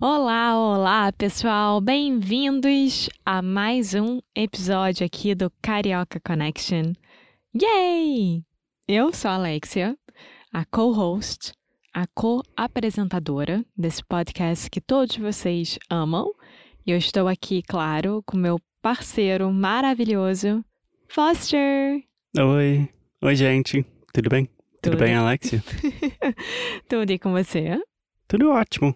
Olá, olá, pessoal! Bem-vindos a mais um episódio aqui do Carioca Connection. Yay! Eu sou a Alexia, a co-host, a co-apresentadora desse podcast que todos vocês amam. E eu estou aqui, claro, com meu parceiro maravilhoso, Foster. Oi. Oi, gente. Tudo bem? Tudo, bem, Alexia? Tudo e com você? Tudo ótimo.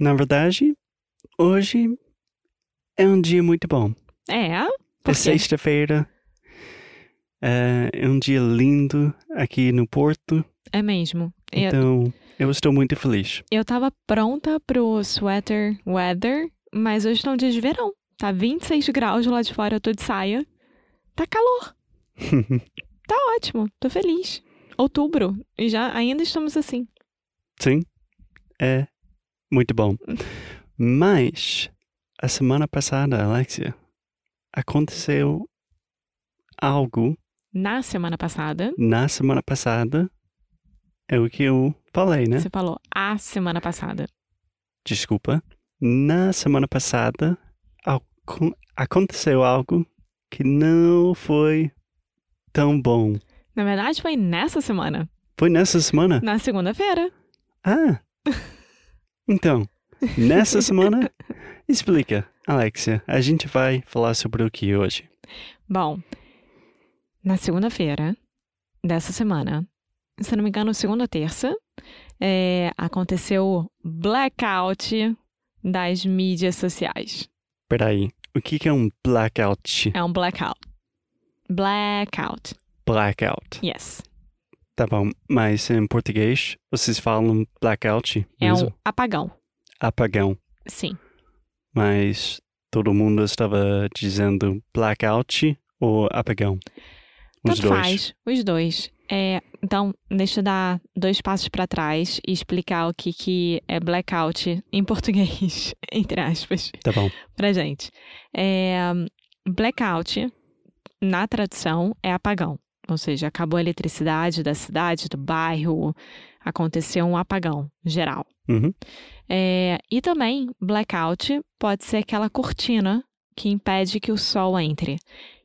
Na verdade, hoje é um dia muito bom. É? É Por quê? sexta-feira. É é um dia lindo aqui no Porto. É mesmo. Eu- Então, eu estou muito feliz. Eu tava pronta pro sweater weather, mas hoje tá um dia de verão. Tá 26 graus lá de fora, eu tô de saia. Tá calor, tá ótimo, tô feliz. Outubro, e já ainda estamos assim. Sim, é muito bom. Mas, a semana passada, Alexia, aconteceu algo Na semana passada, na semana passada. É o que eu falei, né? você falou a semana passada. Desculpa. Na semana passada, acon- aconteceu algo que não foi tão bom. Na verdade, foi nessa semana, Foi nessa semana? na segunda-feira. Ah! Então, nessa semana, explica, Alexia. A gente vai falar sobre o que hoje? Bom, na segunda-feira dessa semana, se não me engano, segunda ou terça, é, aconteceu o blackout das mídias sociais. Peraí, o que que é um blackout? É um blackout. Blackout, Blackout. yes. Tá bom, mas em português, vocês falam blackout É mesmo? um apagão, Apagão. sim. Mas todo mundo estava dizendo blackout ou apagão? Os Tanto dois. faz, os dois. É, então, deixa eu dar dois passos para trás e explicar o que, que é blackout em português, entre aspas. Tá bom. pra gente. É, blackout, na tradução, é apagão. Ou seja, acabou a eletricidade da cidade, do bairro, aconteceu um apagão geral. Uhum. É, e também, blackout pode ser aquela cortina que impede que o sol entre.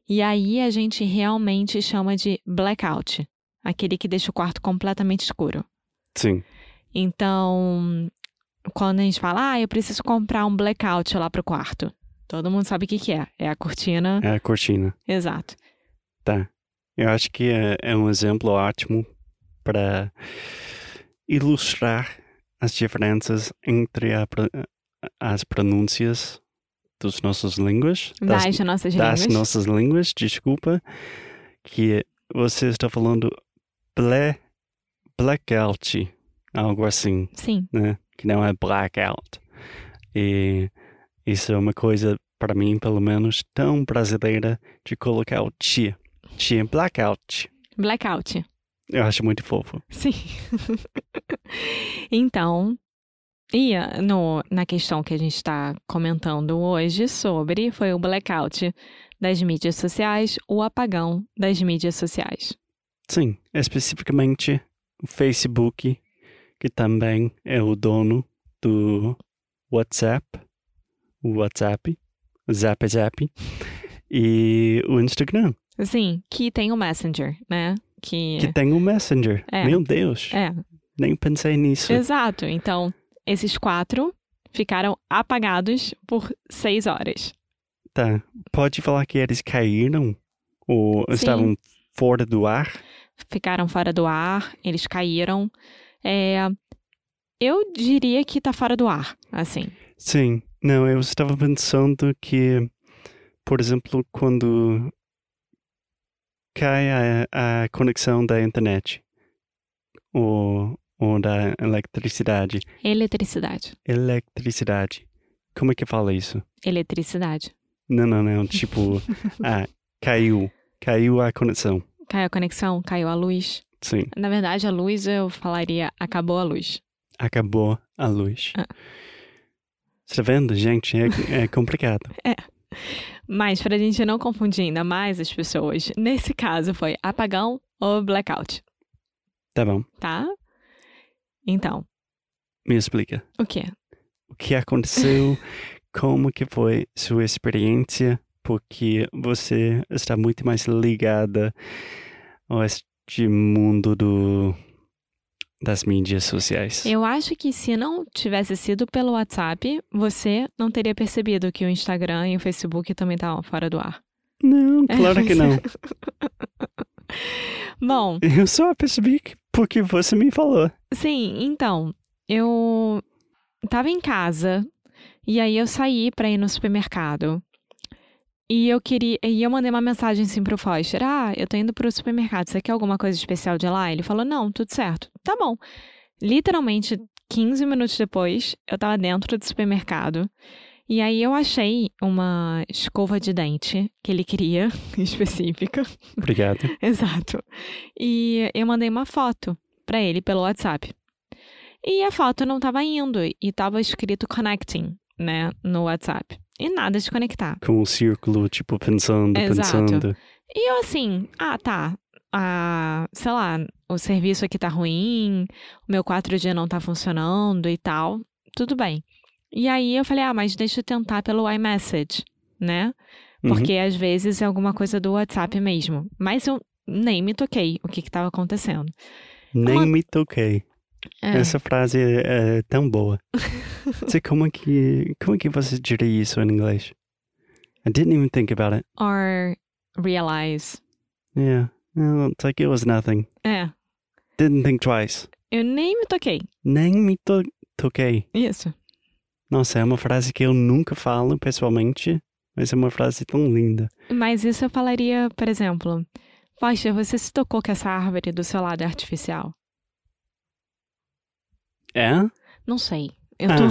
E aí a gente realmente chama de blackout aquele que deixa o quarto completamente escuro. Sim. Então, quando a gente fala, ah, eu preciso comprar um blackout lá pro quarto. Todo mundo sabe o que, que é. É a cortina. É a cortina. Exato. Tá. Eu acho que é, é um exemplo ótimo para ilustrar as diferenças entre a pro- as pronúncias dos nossas línguas, das, Das nossas das línguas. nossas línguas, desculpa, que você está falando ble, blackout, algo assim. Sim, né? Que não é blackout. E isso é uma coisa, para mim, pelo menos, tão brasileira de colocar o tia. Tia blackout. blackout. Eu acho muito fofo. Sim. então, e ah, no, na questão que a gente está comentando hoje sobre foi o blackout das mídias sociais, o apagão das mídias sociais. Sim, especificamente o Facebook, que também é o dono do WhatsApp, o WhatsApp, Zap Zap, e o Instagram, Sim, Assim, que tem o Messenger, né? Que, que tem o Messenger. É. Meu Deus, é, nem pensei nisso. Exato. Então, esses quatro ficaram apagados por seis horas. Tá. Pode falar que eles caíram ou Sim. estavam fora do ar? ficaram fora do ar, eles caíram. É, eu diria que tá fora do ar, assim. Sim. Não, eu estava pensando que, por exemplo, quando cai a, a conexão da internet ou, ou da eletricidade. Eletricidade. Eletricidade. Como é que fala isso? Eletricidade. Não, não, não. Tipo, ah, caiu. Caiu a conexão. Caiu a conexão, caiu a luz. Sim. Na verdade, a luz eu falaria acabou a luz. Acabou a luz. Ah. Você tá vendo, gente? É, é complicado. Mas pra gente não confundir ainda mais as pessoas, nesse caso foi apagão ou blackout, Tá bom. tá? Então, Me explica. o quê? o que aconteceu, como que foi sua experiência, porque você está muito mais ligada a este mundo do das mídias sociais. Eu acho que se não tivesse sido pelo WhatsApp, você não teria percebido que o Instagram e o Facebook também estavam fora do ar. Não, claro que não. Bom, Eu só percebi que porque você me falou. Sim, então, eu tava em casa e aí eu saí pra ir no supermercado. E eu queria, e eu mandei uma mensagem assim pro Foster: "Ah, eu tô indo pro supermercado, você quer alguma coisa especial de lá?" Ele falou: "Não, tudo certo." Tá bom. Literalmente 15 minutos depois, eu tava dentro do supermercado. E aí eu achei uma escova de dente que ele queria, específica. Obrigado. Exato. E eu mandei uma foto pra ele pelo WhatsApp. E a foto não tava indo e tava escrito connecting, né, no WhatsApp. E nada de conectar. Com o círculo, tipo, pensando, Exato. pensando. E eu assim, ah, tá. Ah, sei lá, o serviço aqui tá ruim, o meu 4G não tá funcionando e tal. Tudo bem. E aí eu falei, ah, mas deixa eu tentar pelo iMessage, né? Uhum. Porque às vezes é alguma coisa do WhatsApp mesmo. Mas eu nem me toquei o que que tava acontecendo. Nem Uma- me toquei. É. Essa frase é, é tão boa. Você, como é que, como que você diria isso em inglês? I didn't even think about it. or realize. Yeah. Well, it's like it was nothing. É, Didn't think twice. eu nem me toquei. Nem me to toquei. Isso. Nossa, é uma frase que eu nunca falo pessoalmente, mas é uma frase tão linda. Mas isso eu falaria, por exemplo, Foster, você se tocou que essa árvore do seu lado é artificial? É? Não sei. Eu tô.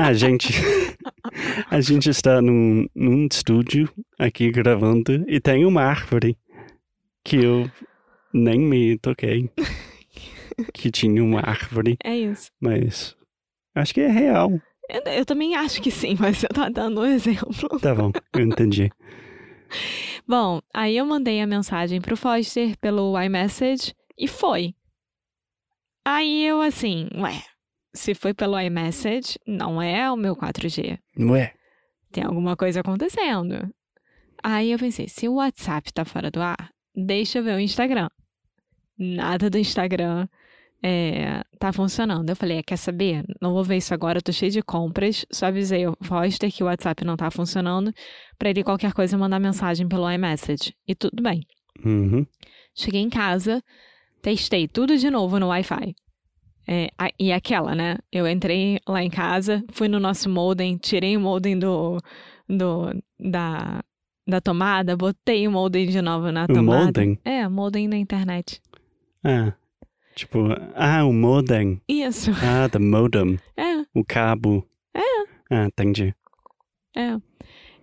A gente. a gente está num, num estúdio aqui gravando e tem uma árvore que eu nem me toquei. que tinha uma árvore, é isso. mas. Acho que é real. Eu, eu também acho que sim, mas eu tô dando um exemplo. Tá bom, eu entendi. Bom, aí eu mandei a mensagem pro Foster pelo iMessage e foi. Aí eu assim, ué, se foi pelo iMessage, não é o meu 4G. Ué. tem alguma coisa acontecendo. Aí eu pensei, se o WhatsApp tá fora do ar, deixa eu ver o Instagram. Nada do Instagram é, tá funcionando. Eu falei, "Ah, quer saber? Não vou ver isso agora, eu tô cheio de compras. Só avisei o Foster que o WhatsApp não tá funcionando, pra ele qualquer coisa mandar mensagem pelo iMessage. E tudo bem. Uhum. Cheguei em casa, testei tudo de novo no Wi-Fi. É, a- e aquela, né? Eu entrei lá em casa, fui no nosso modem, tirei o modem do, do- da, da tomada, botei o modem de novo na O tomada. modem? É, modem na internet. Ah, tipo, ah, o modem. Isso, Ah, the modem. é, O cabo. É. Ah, entendi. é.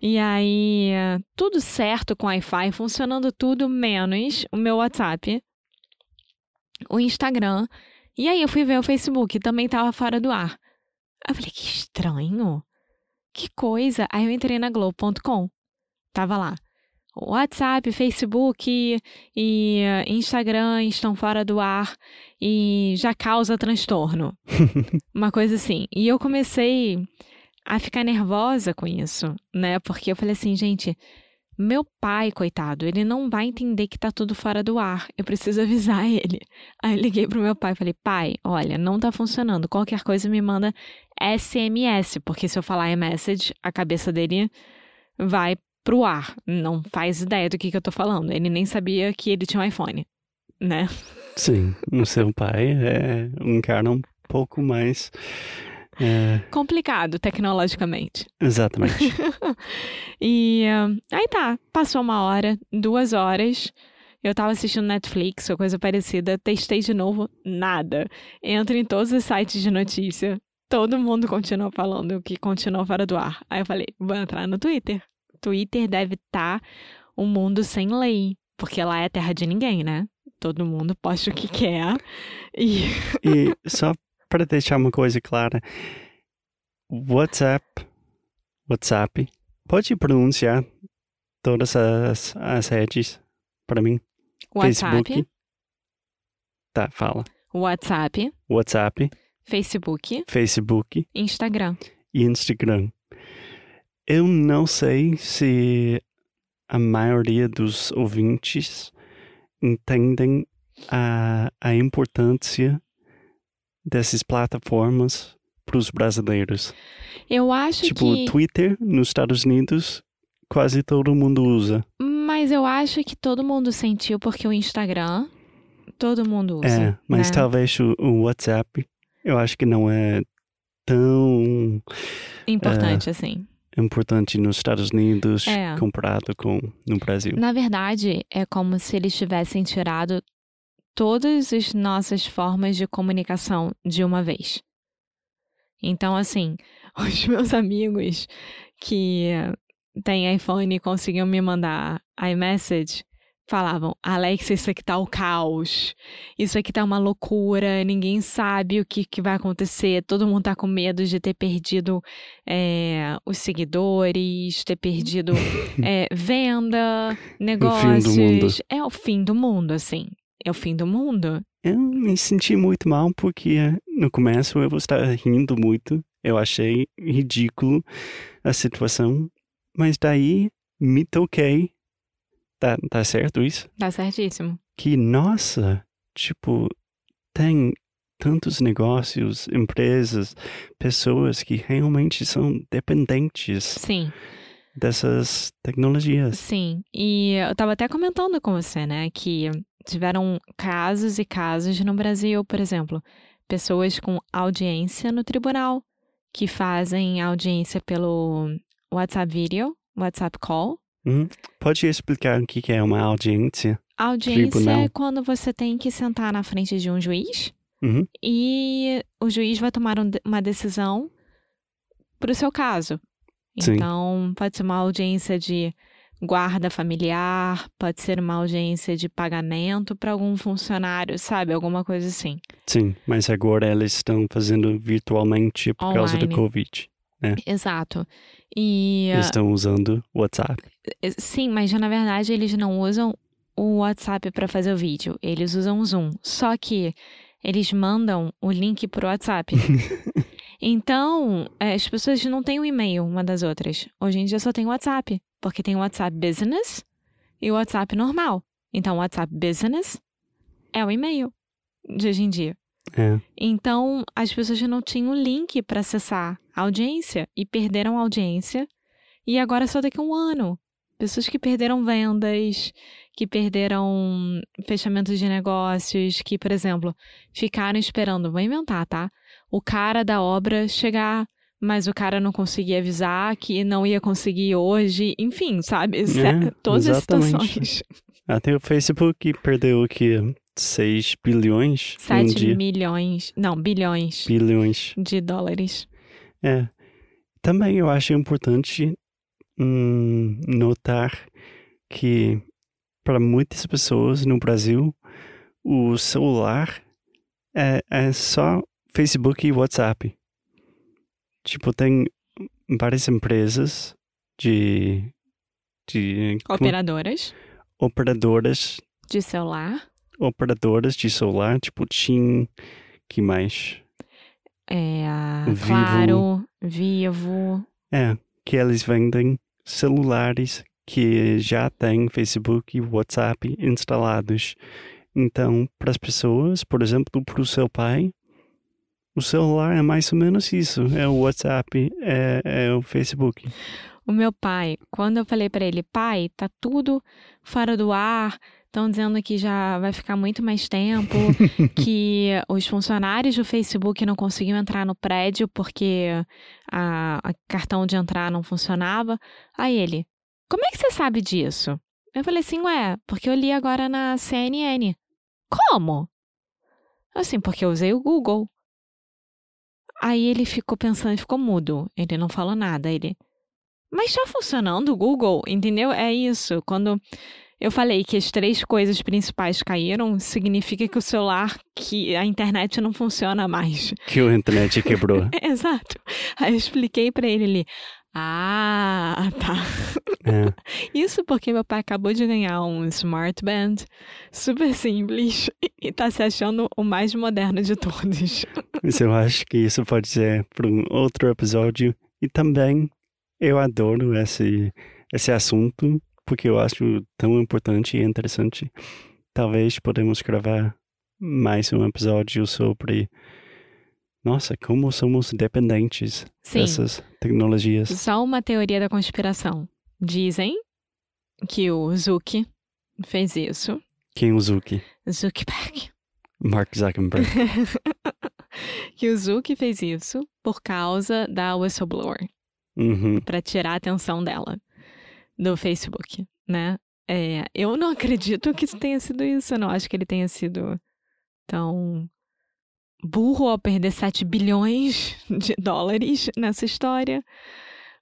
E aí, é, tudo certo com o Wi-Fi, funcionando tudo, menos o meu WhatsApp, o Instagram. E aí eu fui ver o Facebook, também tava fora do ar. Aí eu falei, que estranho. Que coisa. Aí eu entrei na Globo.com. Tava lá. WhatsApp, Facebook e eh, Instagram estão fora do ar e já causa transtorno. Uma coisa assim. E eu comecei a ficar nervosa com isso, né? Porque eu falei assim, gente, meu pai, coitado, ele não vai entender que tá tudo fora do ar. Eu preciso avisar ele. Aí eu liguei pro meu pai e falei, pai, olha, não tá funcionando. Qualquer coisa me manda SMS, porque se eu falar message, a cabeça dele vai pro ar. Não faz ideia do que, que eu tô falando. Ele nem sabia que ele tinha um iPhone. né? Sim, o seu pai é um cara um pouco mais. é, Complicado tecnologicamente. exatamente. E ah, aí tá, passou uma hora, duas horas. Eu tava assistindo Netflix ou coisa parecida, testei de novo, nada. Entro em todos os sites de notícia, todo mundo continuou falando que continuou fora do ar. Aí eu falei, vou entrar no Twitter. Twitter deve estar um mundo sem lei, porque lá é terra de ninguém, né? Todo mundo posta o que quer. E E só para deixar uma coisa clara: WhatsApp, WhatsApp, pode pronunciar todas as, as redes para mim? WhatsApp, Facebook. Tá, fala. WhatsApp, WhatsApp, Facebook, Facebook Instagram. e Instagram. Eu não sei se a maioria dos ouvintes entendem a, a importância dessas plataformas para os brasileiros. Eu acho tipo, que. Twitter nos Estados Unidos quase todo mundo usa. Mas eu acho que todo mundo sentiu, porque o Instagram, todo mundo usa. é, mas né? talvez o, o WhatsApp, eu acho que não é tão é. Importante, assim. importante nos Estados Unidos É. comparado com no Brasil. Na verdade, é como se eles tivessem tirado todas as nossas formas de comunicação de uma vez. Então, assim, os meus amigos que têm iPhone e conseguiam me mandar iMessage falavam: Alex, isso aqui tá o caos. Isso aqui tá uma loucura, ninguém sabe o que, que vai acontecer, todo mundo tá com medo de ter perdido é, os seguidores, ter perdido é, venda, negócios. É o fim do mundo, assim. É o fim do mundo. Eu me senti muito mal porque eh, no começo eu estava rindo muito. Eu achei ridículo a situação, mas daí me toquei. Tá, tá certo isso? Tá certíssimo. Que nossa, tipo, tem tantos negócios, empresas, pessoas que realmente são dependentes Sim. dessas tecnologias. Sim, e eu tava até comentando com você, né, que tiveram casos e casos no Brasil, por exemplo, pessoas com audiência no tribunal que fazem audiência pelo WhatsApp Video, WhatsApp Call. Pode explicar o que que é uma audiência? Audiência é Tribunal. quando você tem que sentar na frente de um juiz Uhum. e o juiz vai tomar um- uma decisão pro seu caso. Sim. Então, pode ser uma audiência de guarda familiar, pode ser uma audiência de pagamento para algum funcionário, sabe? Alguma coisa assim. Sim, mas agora elas estão fazendo virtualmente por causa do Online. Covid. Exato. E Eles Estão usando WhatsApp. eh, sim, mas já na verdade eles não usam o WhatsApp para fazer o vídeo, eles usam o Zoom. Só que eles mandam o link pro WhatsApp. Então, eh, as pessoas não têm o e-mail uma das outras. Hoje em dia só tem o WhatsApp, porque tem o WhatsApp Business e o WhatsApp normal. Então, o WhatsApp Business é o e-mail de hoje em dia. É. Então, as pessoas já não tinham link para acessar a audiência e perderam a audiência. E agora é só daqui a um ano. Pessoas que perderam vendas, que perderam fechamentos de negócios, que, por exemplo, ficaram esperando, vou inventar, tá? O cara da obra chegar, mas o cara não conseguia avisar que não ia conseguir hoje, enfim, sabe? É, Todas as exatamente. situações. Até o Facebook perdeu o que? 6 bilhões em um 7 dia. milhões, não, bilhões Bilhões. de dólares. É. Também eu acho importante hum, notar que para muitas pessoas no Brasil, o celular é, é só Facebook e WhatsApp. Tipo, tem várias empresas de, de como- Operadoras operadoras, de celular. operadoras de celular, tipo TIM, que mais? É, a Vivo. Claro, Vivo. É, que eles vendem celulares que já têm Facebook e WhatsApp instalados. Então, para as pessoas, por exemplo, para o seu pai, o celular é mais ou menos isso. É o WhatsApp, é, é o Facebook. O meu pai, quando eu falei pra ele, pai, tá tudo fora do ar, Estão dizendo que já vai ficar muito mais tempo, que os funcionários do Facebook não conseguiam entrar no prédio porque a, a cartão de entrar não funcionava. Aí ele, como é que você sabe disso? Eu falei assim, ué, porque eu li agora na CNN. Como? Eu, Assim, porque eu usei o Google. Aí ele ficou pensando e ficou mudo. Ele não falou nada. Ele, mas está funcionando o Google, entendeu? É isso. Quando eu falei que as três coisas principais caíram, significa que o celular, que a internet não funciona mais. Que o internet quebrou. Exato. Aí eu expliquei para ele ali. Ah, tá. É. Isso porque meu pai acabou de ganhar um smart band super simples e tá se achando o mais moderno de todos. Mas eu acho que isso pode ser para um outro episódio. E também eu adoro esse, esse assunto, porque eu acho tão importante e interessante. Talvez podemos gravar mais um episódio sobre. Nossa, como somos dependentes Sim. dessas tecnologias. Só uma teoria da conspiração. Dizem que o Zuck fez isso. Quem o Zuki? Zuckerberg. Mark Zuckerberg. Que o Zuck fez isso por causa da whistleblower. Uhum. Pra tirar a atenção dela do Facebook, né? É, eu não acredito que isso tenha sido isso. Eu não acho que ele tenha sido tão burro ao perder 7 bilhões de dólares nessa história.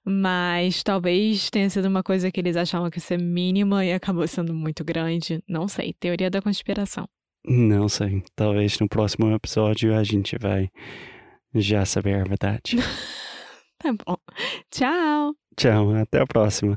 Mas talvez tenha sido uma coisa que eles achavam que ia ser mínima e acabou sendo muito grande. Não sei. Teoria da conspiração. Não sei. Talvez no próximo episódio a gente vai já saber a verdade. Tá bom. Tchau! Tchau, até a próxima.